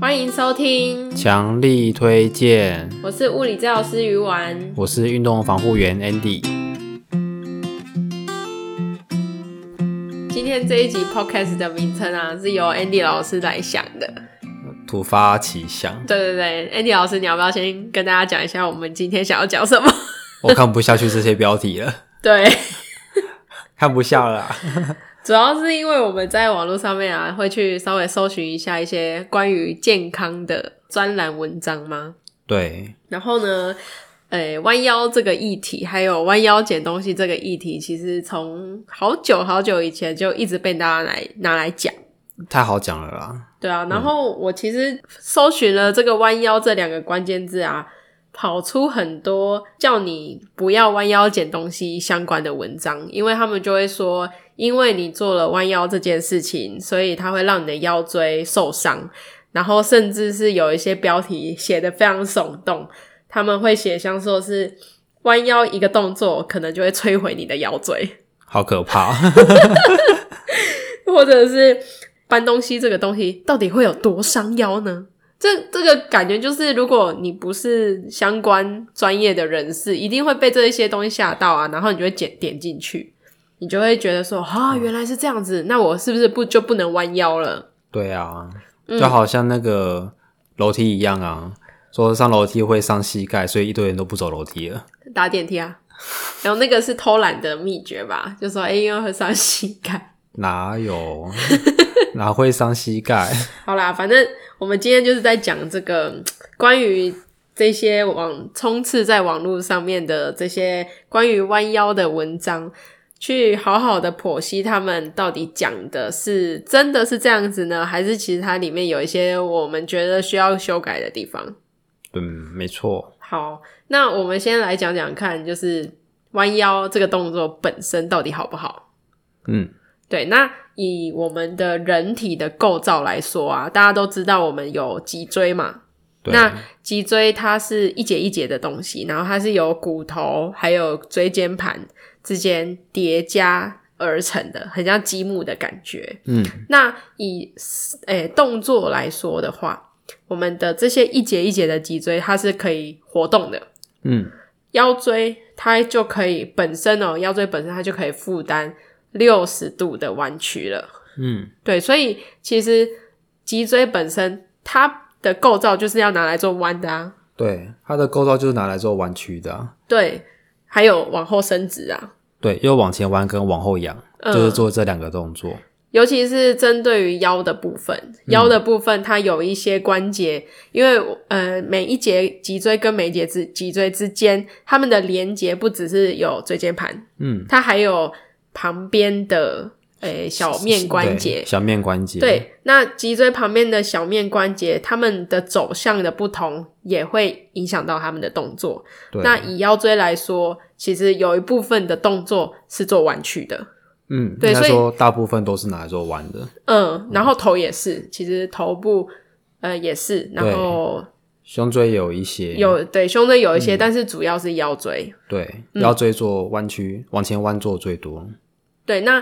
欢迎收听，强力推荐。我是物理治疗师鱼丸。我是运动防护员 Andy。今天这一集 podcast 的名称啊，是由 Andy 老师来想的。突发奇想，对对对，Andy 老师，你要不要先跟大家讲一下我们今天想要讲什么？ 我看不下去这些标题了， 对，看不下了啊。主要是因为我们在网络上面啊，会去稍微搜寻一下一些关于健康的专栏文章吗？对，然后呢，诶，弯腰这个议题，还有弯腰捡东西这个议题，其实从好久好久以前就一直被大家来拿来讲。太好讲了啦。对啊，然后我其实搜寻了这个“弯腰”这两个关键字啊，跑出很多叫你不要弯腰捡东西相关的文章，因为他们就会说，因为你做了弯腰这件事情，所以它会让你的腰椎受伤，然后甚至是有一些标题写的非常耸动，他们会写像说是弯腰一个动作可能就会摧毁你的腰椎。好可怕！ 或者是搬东西这个东西到底会有多伤腰呢？这这个感觉就是，如果你不是相关专业的人士，一定会被这一些东西吓到啊，然后你就会点点进去，你就会觉得说啊，原来是这样子，那我是不是不就不能弯腰了？对啊，嗯就好像那个楼梯一样啊，说上楼梯会伤膝盖，所以一堆人都不走楼梯了。搭电梯啊，然后那个是偷懒的秘诀吧，就说哎，因为会伤膝盖。哪有？哪会伤膝盖？好啦，反正我们今天就是在讲这个嗯关于这些网冲刺在网络上面的这些关于弯腰的文章，去好好的剖析他们到底讲的是真的是这样子呢，还是其实它里面有一些我们觉得需要修改的地方。嗯，没错。好，那我们先来讲讲看，就是弯腰这个动作本身到底好不好？嗯，对，那以我们的人体的构造来说啊，大家都知道我们有脊椎嘛，对。那脊椎它是一节一节的东西，然后它是由骨头还有椎间盘之间叠加而成的，很像积木的感觉。嗯，那以诶、动作来说的话，我们的这些一节一节的脊椎它是可以活动的，嗯，腰椎它就可以本身哦，腰椎本身它就可以负担六十度的弯曲了。嗯，对，所以其实脊椎本身它的构造就是要拿来做弯的啊，对，它的构造就是拿来做弯曲的、啊。对，还有往后伸直啊，对，又往前弯跟往后仰，嗯就是做这两个动作。尤其是针对于腰的部分，嗯腰的部分它有一些关节，因为呃每一节脊椎跟每一节之脊椎之间，它们的连接不只是有椎间盘，嗯，它还有旁边的诶、小面关节对，小面关节，，对，那脊椎旁边的小面关节，它们的走向的不同，也会影响到他们的动作。对那以腰椎来说，其实有一部分的动作是做弯曲的，嗯，对应该所以说大部分都是拿来做弯的，嗯，然后头也是，其实头部呃也是，然对嗯后胸椎有一些，有对胸椎有一些，但是主要是腰椎。对嗯腰椎做弯曲，往前弯做最多。对，那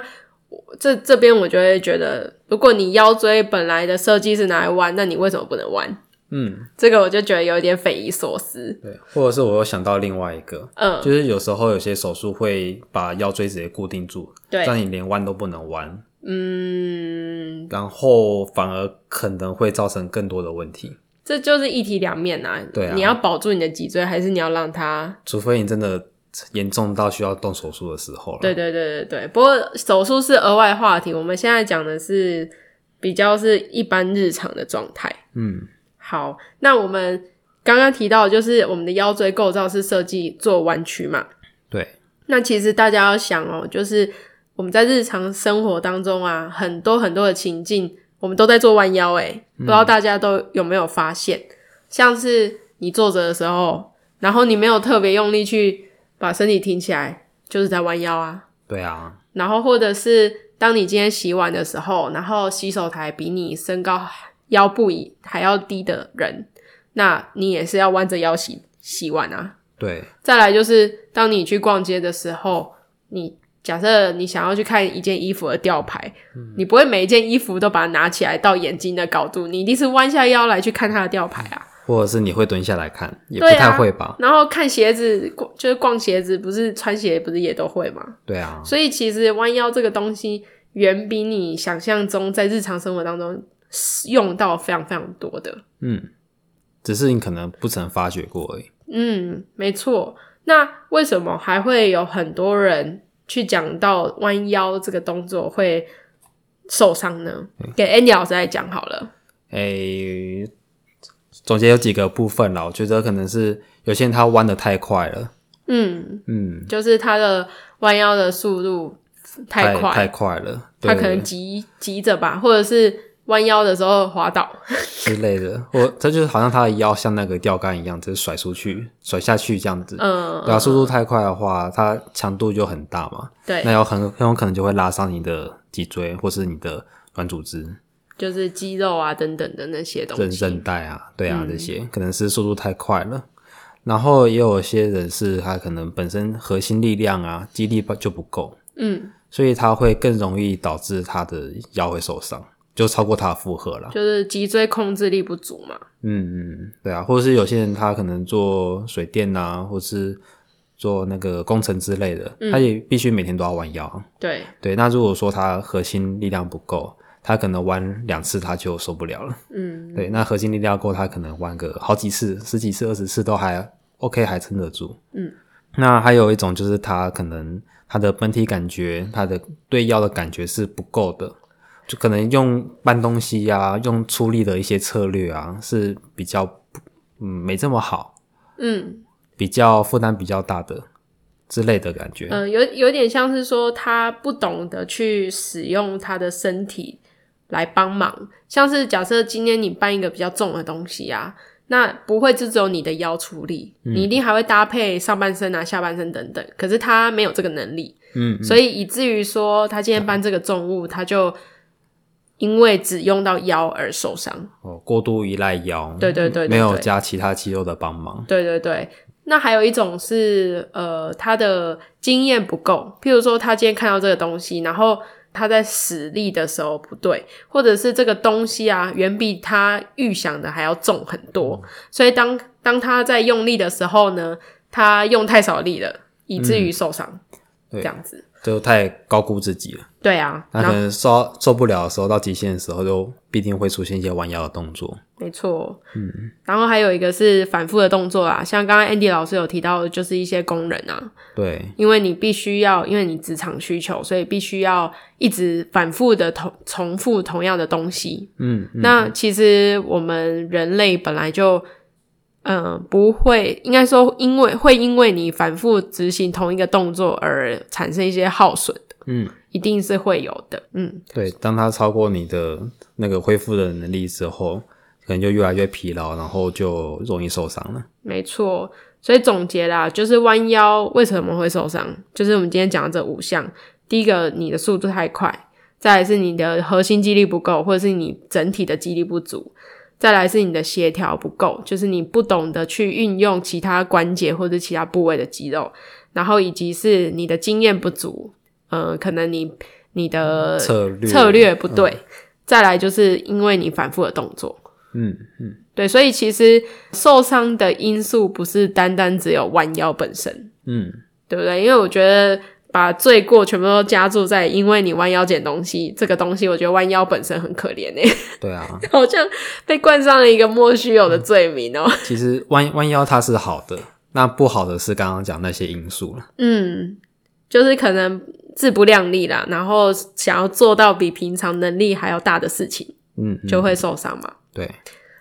我这这边我就会觉得，如果你腰椎本来的设计是拿来弯，那你为什么不能弯？嗯，这个我就觉得有点匪夷所思。对，或者是我又想到另外一个，嗯，就是有时候有些手术会把腰椎直接固定住，对，让你连弯都不能弯，嗯，然后反而可能会造成更多的问题。这就是一体两面啊。对啊你要保住你的脊椎，还是你要让它？除非你真的严重到需要动手术的时候了。对对对对对。不过手术是额外话题，我们现在讲的是比较是一般日常的状态。嗯，好，那我们刚刚提到，就是我们的腰椎构造是设计做弯曲嘛。对，那其实大家要想哦，就是我们在日常生活当中啊，很多很多的情境，我们都在做弯腰、欸，诶、不知道大家都有没有发现？像是你坐着的时候，然后你没有特别用力去把身体挺起来，就是在弯腰啊。对啊，然后或者是当你今天洗碗的时候，然后洗手台比你身高腰部以还要低的人，那你也是要弯着腰洗洗碗啊。对，再来就是，当你去逛街的时候，你假设你想要去看一件衣服的吊牌，你不会每一件衣服都把它拿起来到眼睛的高度，你一定是弯下腰来去看它的吊牌啊。或者是你会蹲下来看，也不对啊太会吧？然后看鞋子，逛就是逛鞋子，不是穿鞋不是也都会吗？对啊，所以其实弯腰这个东西，远比你想象中在日常生活当中用到非常非常多的。嗯，只是你可能不曾发觉过而已。嗯，没错。那为什么还会有很多人去讲到弯腰这个动作会受伤呢？嗯给 Andy 老师来讲好了。诶、总结有几个部分啦，我觉得可能是有些人他弯的太快了，嗯，嗯，就是他的弯腰的速度太快，太快了，他对可能急急着吧，或者是弯腰的时候滑倒。之类的，我他就是好像他的腰像那个钓竿一样，就是甩出去、甩下去这样子。嗯，对啊，速度太快的话，它强度就很大嘛，那对，有很很有可能就会拉伤你的脊椎或是你的软组织、就是肌肉啊等等的那些东韧西。韧带啊，对啊，嗯这些可能是速度太快了。然后也有些人是他可能本身核心力量啊、肌力就不够，嗯，所以他会更容易导致他的腰会受伤，就超过他的负荷啦。就是脊椎控制力不足嘛。嗯嗯，对啊，或者是有些人他可能做水电啊，或是做那个工程之类嗯的，他也必须每天都要弯腰。对，对，那如果说他核心力量不够，他可能弯两次他就受不了了。嗯，对，那核心力量够，他可能弯个好几次、十几次、二十次都还 OK，还撑得住。嗯，那还有一种就是他可能他的本体感觉，他的对腰的感觉是不够的，就可能用搬东西啊，用出力的一些策略啊，是比较不嗯没这么好，嗯。比较负担比较大的之类的感觉。嗯，有有点像是说他不懂得去使用他的身体来帮忙，像是假设今天你搬一个比较重的东西啊，那不会就只有你的腰出力，你一定还会搭配上半身啊、下半身等等。可是他没有这个能力，嗯，所以以至于说他今天搬这个重物，他就因为只用到腰而受伤。哦，过度依赖腰，对对对对没有对加其他肌肉的帮忙。对对对，那还有一种是呃，他的经验不够，譬如说他今天看到这个东西，然后他在使力的时候不对，或者是这个东西啊远比他预想的还要重很多，嗯所以当当他在用力的时候呢，他用太少力了，以至于受伤，嗯对这样子。就太高估自己了。对啊，那然可后能受受不了的时候，到极限的时候，就必定会出现一些弯腰的动作。没错，嗯，然后还有一个是反复的动作啊，像刚刚 Andy 老师有提到，的就是一些工人啊，对，因为你必须要，因为你职场需求，所以必须要一直反复的同重复同样的东西。嗯，嗯那其实我们人类本来就，嗯、不会，应该说，因为会因为你反复执行同一个动作而产生一些耗损的，嗯，一定是会有的。嗯，对，当它超过你的那个恢复的能力之后，可能就越来越疲劳，然后就容易受伤了。没错。所以总结啦，就是弯腰为什么会受伤，就是我们今天讲的这五项。第一个，你的速度太快；再来是你的核心肌力不够，或者是你整体的肌力不足；再来是你的协调不够，就是你不懂得去运用其他关节或者其他部位的肌肉，然后以及是你的经验不足，呃，可能你你的嗯策略，策，略不对。再来就是因为你反复的动作，嗯，对，所以其实受伤的因素不是单单只有弯腰本身，嗯，对不对？因为我觉得把罪过全部都加注在因为你弯腰捡东西这个东西，我觉得弯腰本身很可怜诶、对啊。 好像被冠上了一个莫须有的罪名哦、 其实弯弯腰它是好的，那不好的是刚刚讲那些因素了。嗯，就是可能自不量力啦，然后想要做到比平常能力还要大的事情，嗯，嗯就会受伤嘛。对，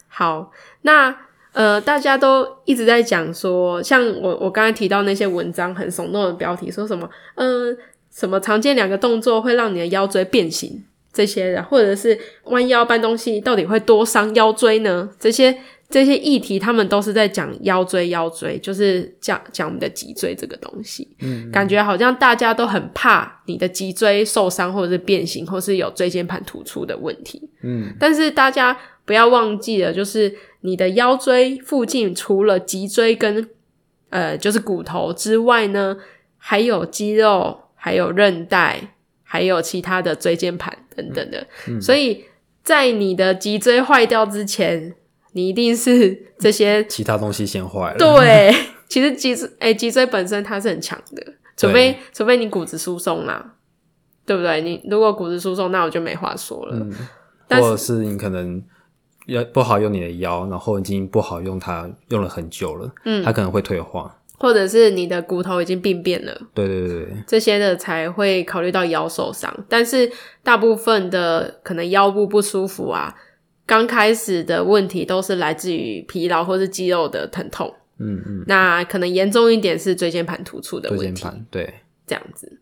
好，那呃，大家都一直在讲说，像我我刚才提到那些文章很耸动的标题，说什么嗯、呃什么常见两个动作会让你的腰椎变形这些的，或者是弯腰搬东西到底会多伤腰椎呢？这些这些议题，他们都是在讲腰椎，腰椎就是讲讲我们的脊椎这个东西。嗯，感觉好像大家都很怕你的脊椎受伤，或者是变形，或是有椎间盘突出的问题。嗯，但是大家不要忘记了，就是你的腰椎附近除了脊椎跟呃就是骨头之外呢，还有肌肉，还有韧带，还有其他的椎间盘等等的。嗯所以在你的脊椎坏掉之前，你一定 是这些其他东西先坏了。对，其实脊椎哎、脊椎本身它是很强的，除对非除非你骨质疏松啦，对不对？你如果骨质疏松，那我就没话说了。但嗯或者是你可能要不好用你的腰，然后已经不好用它，用了很久了，嗯，它可能会退化。或者是你的骨头已经病变了，对对对对，这些的才会考虑到腰受伤。但是大部分的可能腰部不舒服啊，刚开始的问题都是来自于疲劳或是肌肉的疼痛。嗯嗯，那可能严重一点是椎间盘突出的椎问题。间盘，对，这样子，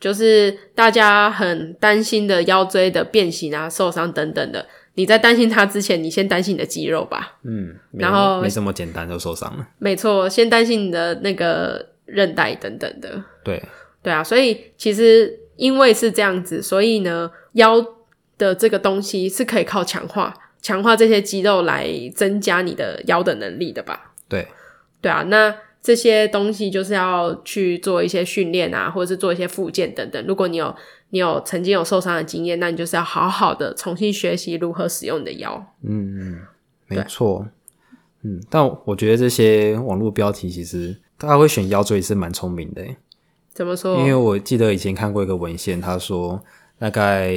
就是大家很担心的腰椎的变形啊、受伤等等的。你在担心它之前，你先担心你的肌肉吧。嗯，没然后没这么简单就受伤了。没错，先担心你的那个韧带等等的。对，对啊，所以其实因为是这样子，所以呢，腰的这个东西是可以靠强化、强化这些肌肉来增加你的腰的能力的吧。对，对啊，那这些东西就是要去做一些训练啊，或者是做一些复健等等。如果你有你有曾经有受伤的经验，那你就是要好好的重新学习如何使用你的腰。嗯，嗯，没对错，嗯，但我觉得这些网络标题其实他会选腰椎是蛮聪明的耶，怎么说？因为我记得以前看过一个文献，他说大概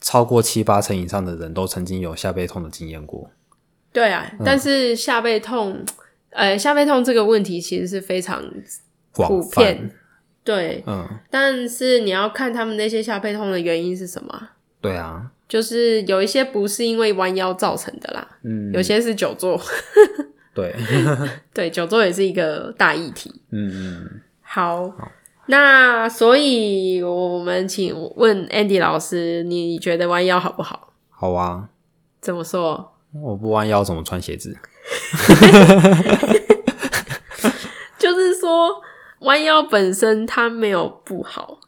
超过七八成以上的人都曾经有下背痛的经验过。对啊，嗯但是下背痛，呃，下背痛这个问题其实是非常广普泛遍，。对，嗯，但是你要看他们那些下背痛的原因是什么啊，对啊，就是有一些不是因为弯腰造成的啦，嗯，有些是久坐， 对， 对，久坐也是一个大议题。嗯，好，那所以我们请问 Andy 老师，你觉得弯腰好不好？好啊，怎么说？我不弯腰怎么穿鞋子？就是说弯腰本身它没有不好，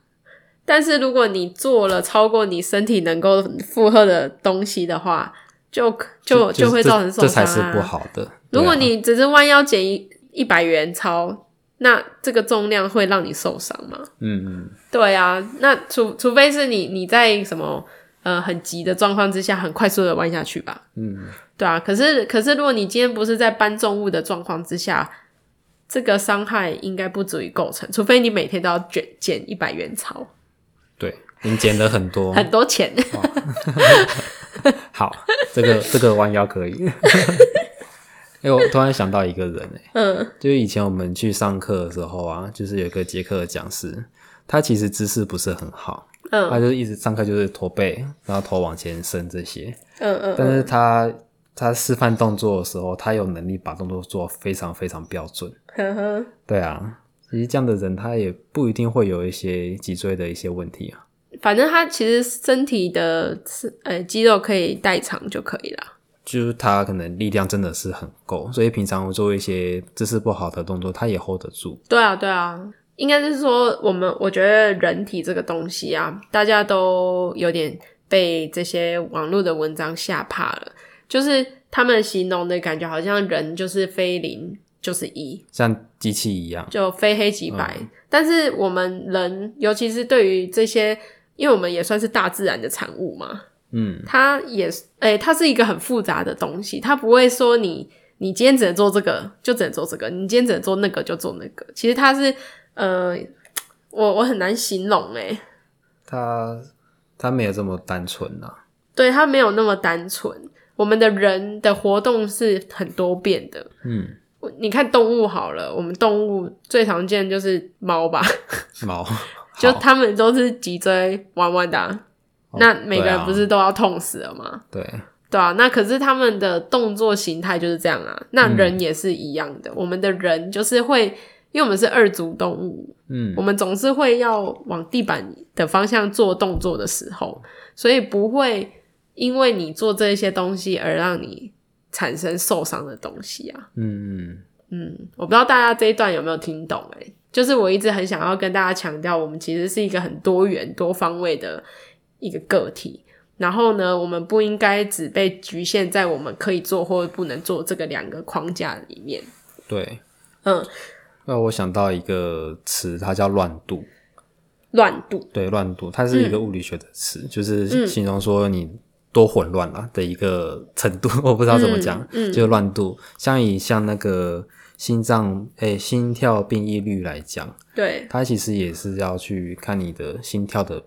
但是如果你做了超过你身体能够负荷的东西的话，就就就会这造成受伤、啊、这才是不好的。如果对啊你只是弯腰捡一一百元钞，那这个重量会让你受伤吗？嗯嗯，对啊，那除除非是你你在什么呃很急的状况之下，很快速的弯下去吧。嗯，对啊。可是可是，如果你今天不是在搬重物的状况之下，这个伤害应该不足以构成，除非你每天都要卷捡一百元钞，对，你捡了很多，很多钱。好，这个这个弯腰可以。哎、我突然想到一个人、欸，嗯，就是以前我们去上课的时候啊，就是有一个捷克的讲师，他其实姿势不是很好，嗯他就是一直上课就是驼背，然后头往前伸这些，嗯嗯但是他他示范动作的时候，他有能力把动作做非常非常标准。呵呵，对啊，其实这样的人他也不一定会有一些脊椎的一些问题啊。 反正他其实身体的呃肌肉可以代偿就可以了。就是他可能力量真的是很够，所以平常我做一些姿势不好的动作，他也 hold 得住。对啊，对啊，应该是说我们，我觉得人体这个东西啊，大家都有点被这些网络的文章吓怕了，就是他们形容的感觉好像人就是非零就是一，像机器一样。就非黑即白。但是我们人，尤其是对于这些，因为我们也算是大自然的产物嘛，嗯，它也是，诶、它是一个很复杂的东西，它不会说你你今天只能做这个就只能做这个，你今天只能做那个就做那个。其实它是，呃，我我很难形容诶、他他没有这么单纯啊。对，它没有那么单纯。我们的人的活动是很多变的。嗯，我你看动物好了，我们动物最常见就是猫吧，哦毛就好它们都是脊椎弯弯的啊、那每个对人啊不是都要痛死了吗？ 对，对啊，那可是他们的动作形态就是这样啊，那人也是一样的。我们的人就是会，因为我们是二足动物，嗯我们总是会要往地板的方向做动作的时候，所以不会因为你做这些东西而让你产生受伤的东西啊。嗯嗯，嗯，我不知道大家这一段有没有听懂哎、就是我一直很想要跟大家强调，我们其实是一个很多元、多方位的一个个体。然后呢，我们不应该只被局限在我们可以做或不能做这个两个框架里面。对。嗯，那我想到一个词，它叫乱度。乱度。对，乱度，它是一嗯个物理学的词，就是形容说你多混乱啦的一个程度， 我不知道怎么讲，嗯嗯就是乱度。像以像那个心脏诶、心跳变异率来讲，对，它其实也是要去看你的心跳的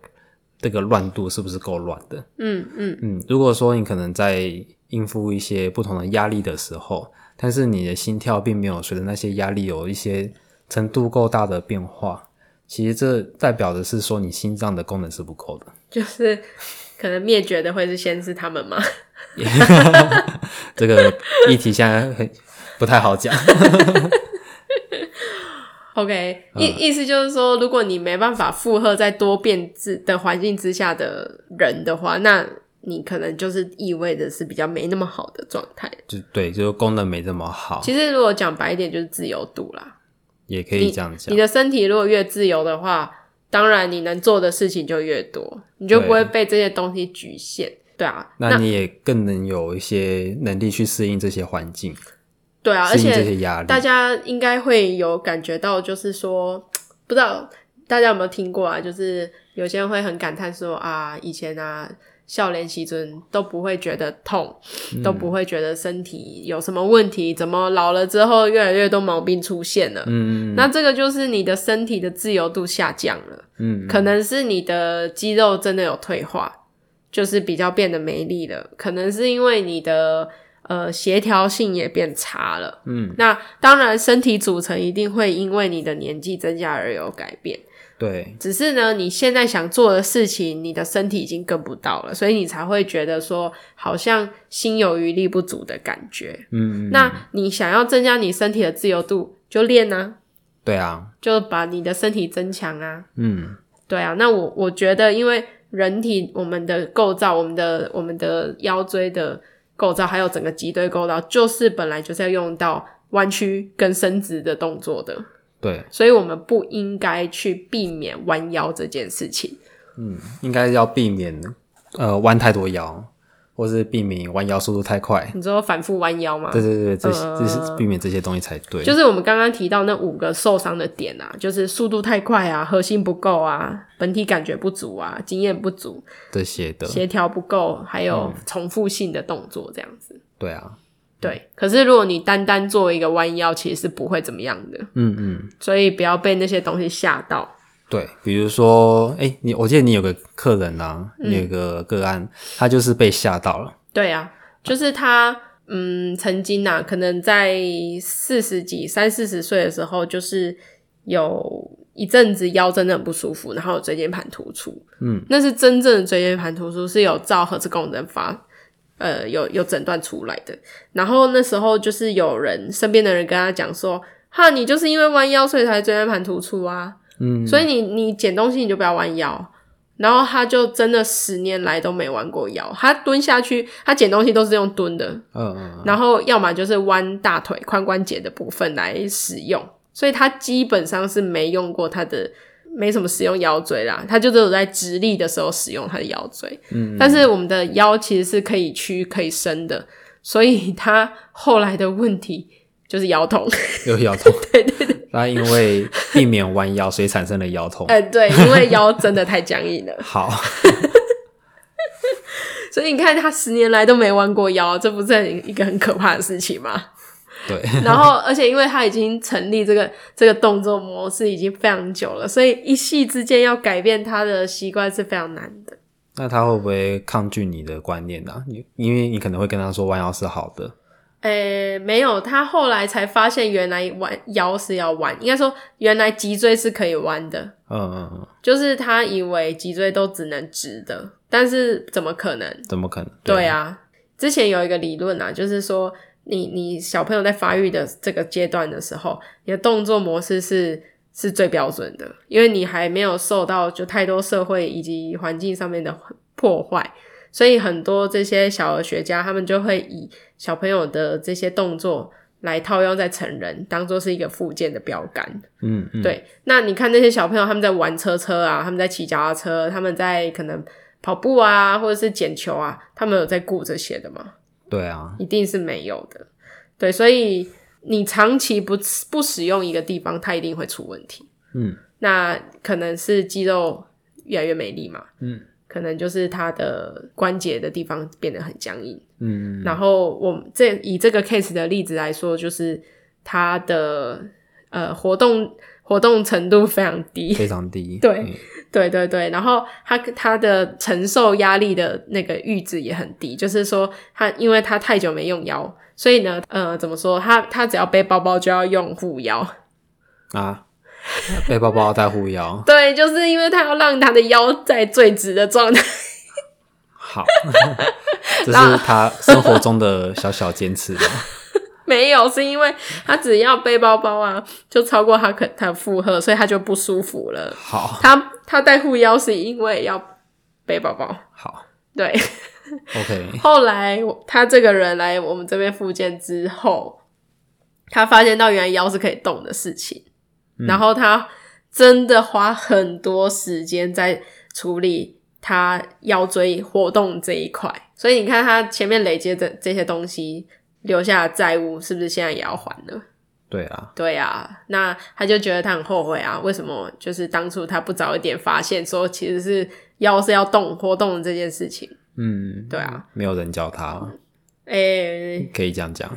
这个乱度是不是够乱的。嗯嗯嗯，如果说你可能在应付一些不同的压力的时候，但是你的心跳并没有随着那些压力有一些程度够大的变化，其实这代表的是说你心脏的功能是不 够的。 就是可能灭绝的会是先是他们嘛。 这个议题现在很不太好讲。 OK，意、意思就是说，如果你没办法负荷在多变质的环境之下的人的话，那你可能就是意味着是比较没那么好的状态。就对，就是功能没这么好，其实如果讲白一点，就是自由度啦。也可以这样讲你。的身体如果越自由的话，当然你能做的事情就越多，你就对不会被这些东西局限。对啊，那你也更能有一些能力去适应这些环境，对啊，而适应这且些压力。大家应该会有感觉到，就是说，不知道大家有没有听过啊？就是有些人会很感叹说啊，以前啊。笑脸习尊都不会觉得痛，嗯都不会觉得身体有什么问题，怎么老了之后越来越多毛病出现了？嗯那这个就是你的身体的自由度下降了。嗯，可能是你的肌肉真的有退化，就是比较变得没力了，可能是因为你的呃协调性也变差了。嗯，那当然，身体组成一定会因为你的年纪增加而有改变。对，只是呢，你现在想做的事情，你的身体已经跟不到了，所以你才会觉得说好像心有余力不足的感觉。嗯，那你想要增加你身体的自由度，就练啊，对啊，就把你的身体增强啊。嗯，对啊，那我我觉得，因为人体我们的构造，我们的我们的腰椎的构造，还有整个脊椎构造，就是本来就是要用到弯曲跟伸直的动作的，对，所以我们不应该去避免弯腰这件事情。嗯，应该要避免呃弯太多腰，或是避免弯腰速度太快。你说反复弯腰吗？对对对，这呃这是避免这些东西才对。就是我们刚刚提到那五个受伤的点啊，就是速度太快啊，核心不够啊，本体感觉不足啊，经验不足，这些的，协调不够，还有重复性的动作这样子。对啊，对，可是如果你单单做一个弯腰，其实是不会怎么样的，嗯嗯，所以不要被那些东西吓到。对，比如说，哎，你我记得你有个客人啊，你嗯有个个案，他就是被吓到了，对啊，就是他，嗯，曾经呐、啊，可能在四十几、三四十岁的时候，就是有一阵子腰真的很不舒服，然后有椎间盘突出，嗯，那是真正的椎间盘突出，是有照核磁共振发。呃，有有诊断出来的，然后那时候就是有人身边的人跟他讲说，哈，你就是因为弯腰所以才椎间盘突出啊，嗯，所以你你捡东西你就不要弯腰。然后他就真的十年来都没弯过腰，他蹲下去，他捡东西都是用蹲的，嗯嗯，然后要么就是弯大腿髋关节的部分来使用，所以他基本上是没用过他的，没什么使用腰椎啦，他就只有在直立的时候使用他的腰椎。嗯，但是我们的腰其实是可以屈可以伸的，所以他后来的问题就是腰痛。 又腰痛，对对对，他因为避免弯腰，所以产生了腰痛。哎、对，因为腰真的太僵硬了。好，所以你看，他十年来都没弯过腰，这不是很一个很可怕的事情吗？对，然后，而且因为他已经成立这个这个动作模式已经非常久了，所以一夕之间要改变他的习惯是非常难的。那他会不会抗拒你的观念呢、啊？你因为你可能会跟他说弯腰是好的，诶，没有，他后来才发现原来弯腰是要弯，应该说原来脊椎是可以弯的，嗯嗯，嗯，就是他以为脊椎都只能直的，但是怎么可能？怎么可能？对，啊，之前有一个理论啊，就是说你你小朋友在发育的这个阶段的时候，你的动作模式是是最标准的，因为你还没有受到就太多社会以及环境上面的破坏，所以很多这些小儿学家他们就会以小朋友的这些动作。来套用在成人，当做是一个附件的标杆。嗯嗯，对，那你看那些小朋友，他们在玩车车啊，他们在骑脚踏车，他们在可能跑步啊，或者是捡球啊，他们有在顾这些的吗？对啊，一定是没有的。对，所以你长期不不使用一个地方，它一定会出问题。嗯，那可能是肌肉越来越没力嘛，嗯，可能就是它的关节的地方变得很僵硬。嗯，然后我们这以这个 case 的例子来说，就是它的呃活动活动程度非常低，非常低。 对嗯，对对对，然后他他的承受压力的那个阈值也很低，就是说他因为他太久没用腰，所以呢，呃，怎么说？他他只要背包包就要用护腰，啊，背包包带 护腰， 对，就是因为他要让他的腰在最直的状态。 好， 这是他生活中的小小坚持 啊吧。没有，是因为他只要背包包啊，就超过他可他的负荷，所以他就不舒服了。好，他他带护腰是因为要背包包，好对。 ，OK，后来我他这个人来我们这边复健之后，他发现到原来腰是可以动的事情，嗯然后他真的花很多时间在处理他腰椎活动这一块，所以你看他前面累积的这些东西留下的债务，是不是现在也要还呢？对啊，对啊，那他就觉得他很后悔啊，为什么就是当初他不早一点发现说其实是腰是要动活动的这件事情？嗯，对啊，没有人教他，诶、可以这样讲。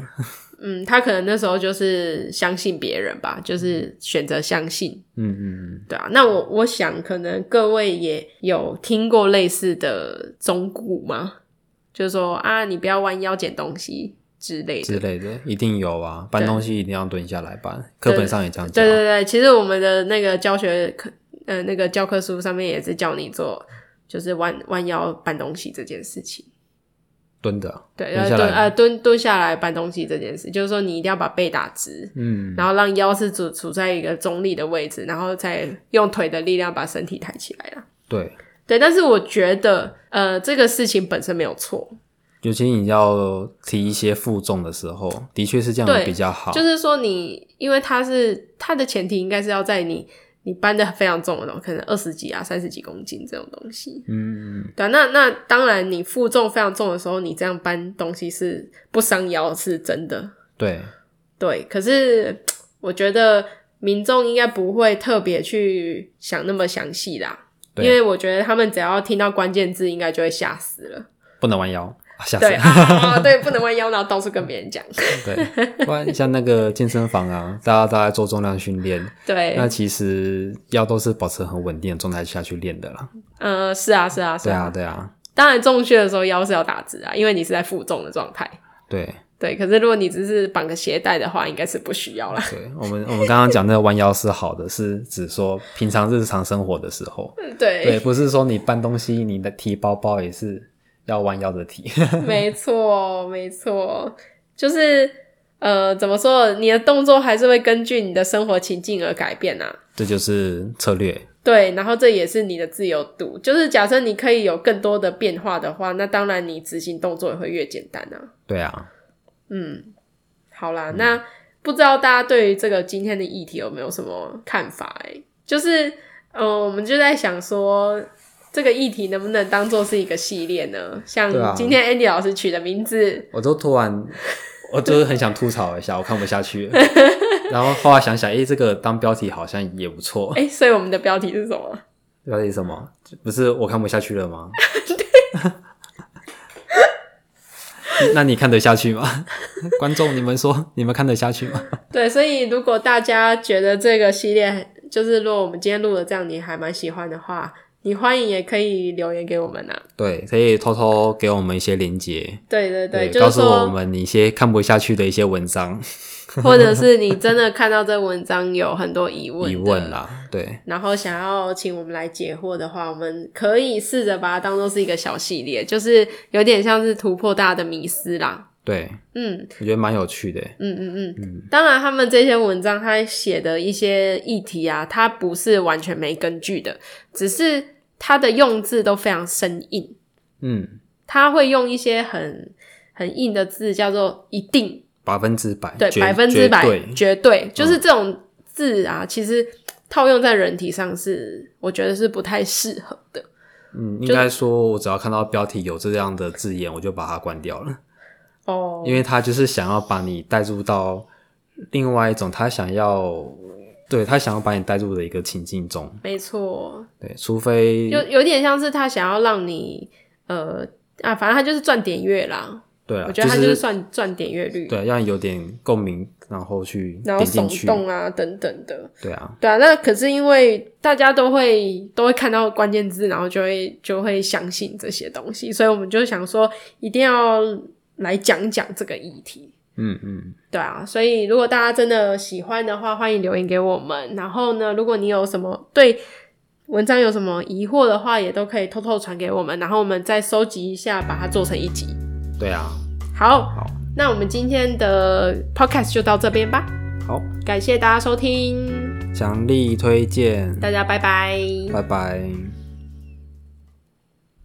嗯，他可能那时候就是相信别人吧，就是选择相信，嗯嗯对啊。那我我想，可能各位也有听过类似的忠告吗？就是说啊，你不要弯腰捡东西之类之的。类的，一定有啊，搬对东西一定要蹲下来搬，课本上也这样啊教对。对对，其实我们的那个教学课，呃，那个教科书上面也是叫你做，就是弯弯腰搬东西这件事情。蹲的，对，蹲呃下蹲来呃蹲蹲下来搬东西这件事，就是说你一定要把背打直，嗯，然后让腰是处处在一个中立的位置，然后再用腿的力量把身体抬起来啦。对，对，但是我觉得，呃，这个事情本身没有错，尤其你要提一些负重的时候，的确是这对样比较好。就是说你，因为它是它的前提应该是要在你你搬的非常重的东西，可能二十几啊、三十几公斤这种东西。嗯，嗯对啊、那那当然，你负重非常重的时候，你这样搬东西是不伤腰，是真的。对，对，可是我觉得民众应该不会特别去想那么详细啦，因对为我觉得他们只要听到关键字，应该就会吓死了。不能弯腰，啊吓死对了。啊啊，啊 对，不能弯腰，然后到处跟别人讲。 对，不然像那个健身房啊，大家都在做重量训练，对那，其实腰都是保持很稳定的状态下去练的啦。呃，是啊，是啊，是对啊，。对啊，当然，重训的时候腰是要打直啊，因为你是在负重的状态。对对，可是如果你只是绑个鞋带的话，应该是不需要啦。对，我们我们刚刚讲那个弯腰是好的，是指说平常日常生活的时候，对， 对，不是说你搬东西，你的提包包也是要弯腰的提。 没错，没错，就是呃，怎么说，你的动作还是会根据你的生活情境而改变啊。这就是策略，对，然后这也是你的自由度，就是假设你可以有更多的变化的话，那当然你执行动作也会越简单啊。对啊，嗯，好啦，那不知道大家对于这个今天的议题有没有什么看法、欸？就是，呃，我们就在想说，这个议题能不能当做是一个系列呢？对啊像今天 Andy 老师取的名字，我都突然， 我就是很想吐槽一下，我看不下 去了然后后来想想，诶、这个当标题好像也不错。哎、所以我们的标题是什么？标题是什么？不是我看不下去了吗？ 那你看得下去吗？观众，你们说你们看得下去吗？对，所以如果大家觉得这个系列，就是如果我们今天录的这样，你还蛮喜欢的话，你欢迎也可以留言给我们啊。对，可以偷偷给我们一些连接，对对对，就告是诉我说，们你一些看不下去的一些文章 或者是你真的看到这文章有很多疑问，疑问。啊啦。对，然后想要请我们来解惑的话，我们可以试着把它当做是一个小系列，就是有点像是突破大家的迷思啦。对，嗯，我觉得蛮有趣的。嗯嗯嗯嗯，当然，他们这些文章他写的一些议题啊，它不是完全没根据的，只是它的用字都非常生硬，嗯，他会用一些很很硬的字，叫做“一定百分之百”，，对，绝百分之百，绝对嗯绝对，就是这种字啊，其实套用在人体上是，我觉得是不太适合的。嗯，应该说，我只要看到标题有这样的字眼，我就把它关掉了。哦因为他就是想要把你带入到另外一种他想要对他想要把你带入的一个情境中，没错，对，除非有有点像是他想要让你呃啊，反正他就是赚点阅啦。对啊，我觉得他就是是算赚点阅率，对，让你有点共鸣，然后去然后点进耸去，动啊等等的。对啊，对啊，那可是因为大家都会都会看到关键字，然后就会就会相信这些东西，所以我们就想说一定要来讲讲这个议题。嗯嗯，对啊，所以如果大家真的喜欢的话，欢迎留言给我们。然后呢，如果你有什么对文章有什么疑惑的话，也都可以偷偷传给我们，然后我们再收集一下，把它做成一集。对啊，好，好那我们今天的 podcast 就到这边吧，好，感谢大家收听，强力推荐，大家拜拜拜拜。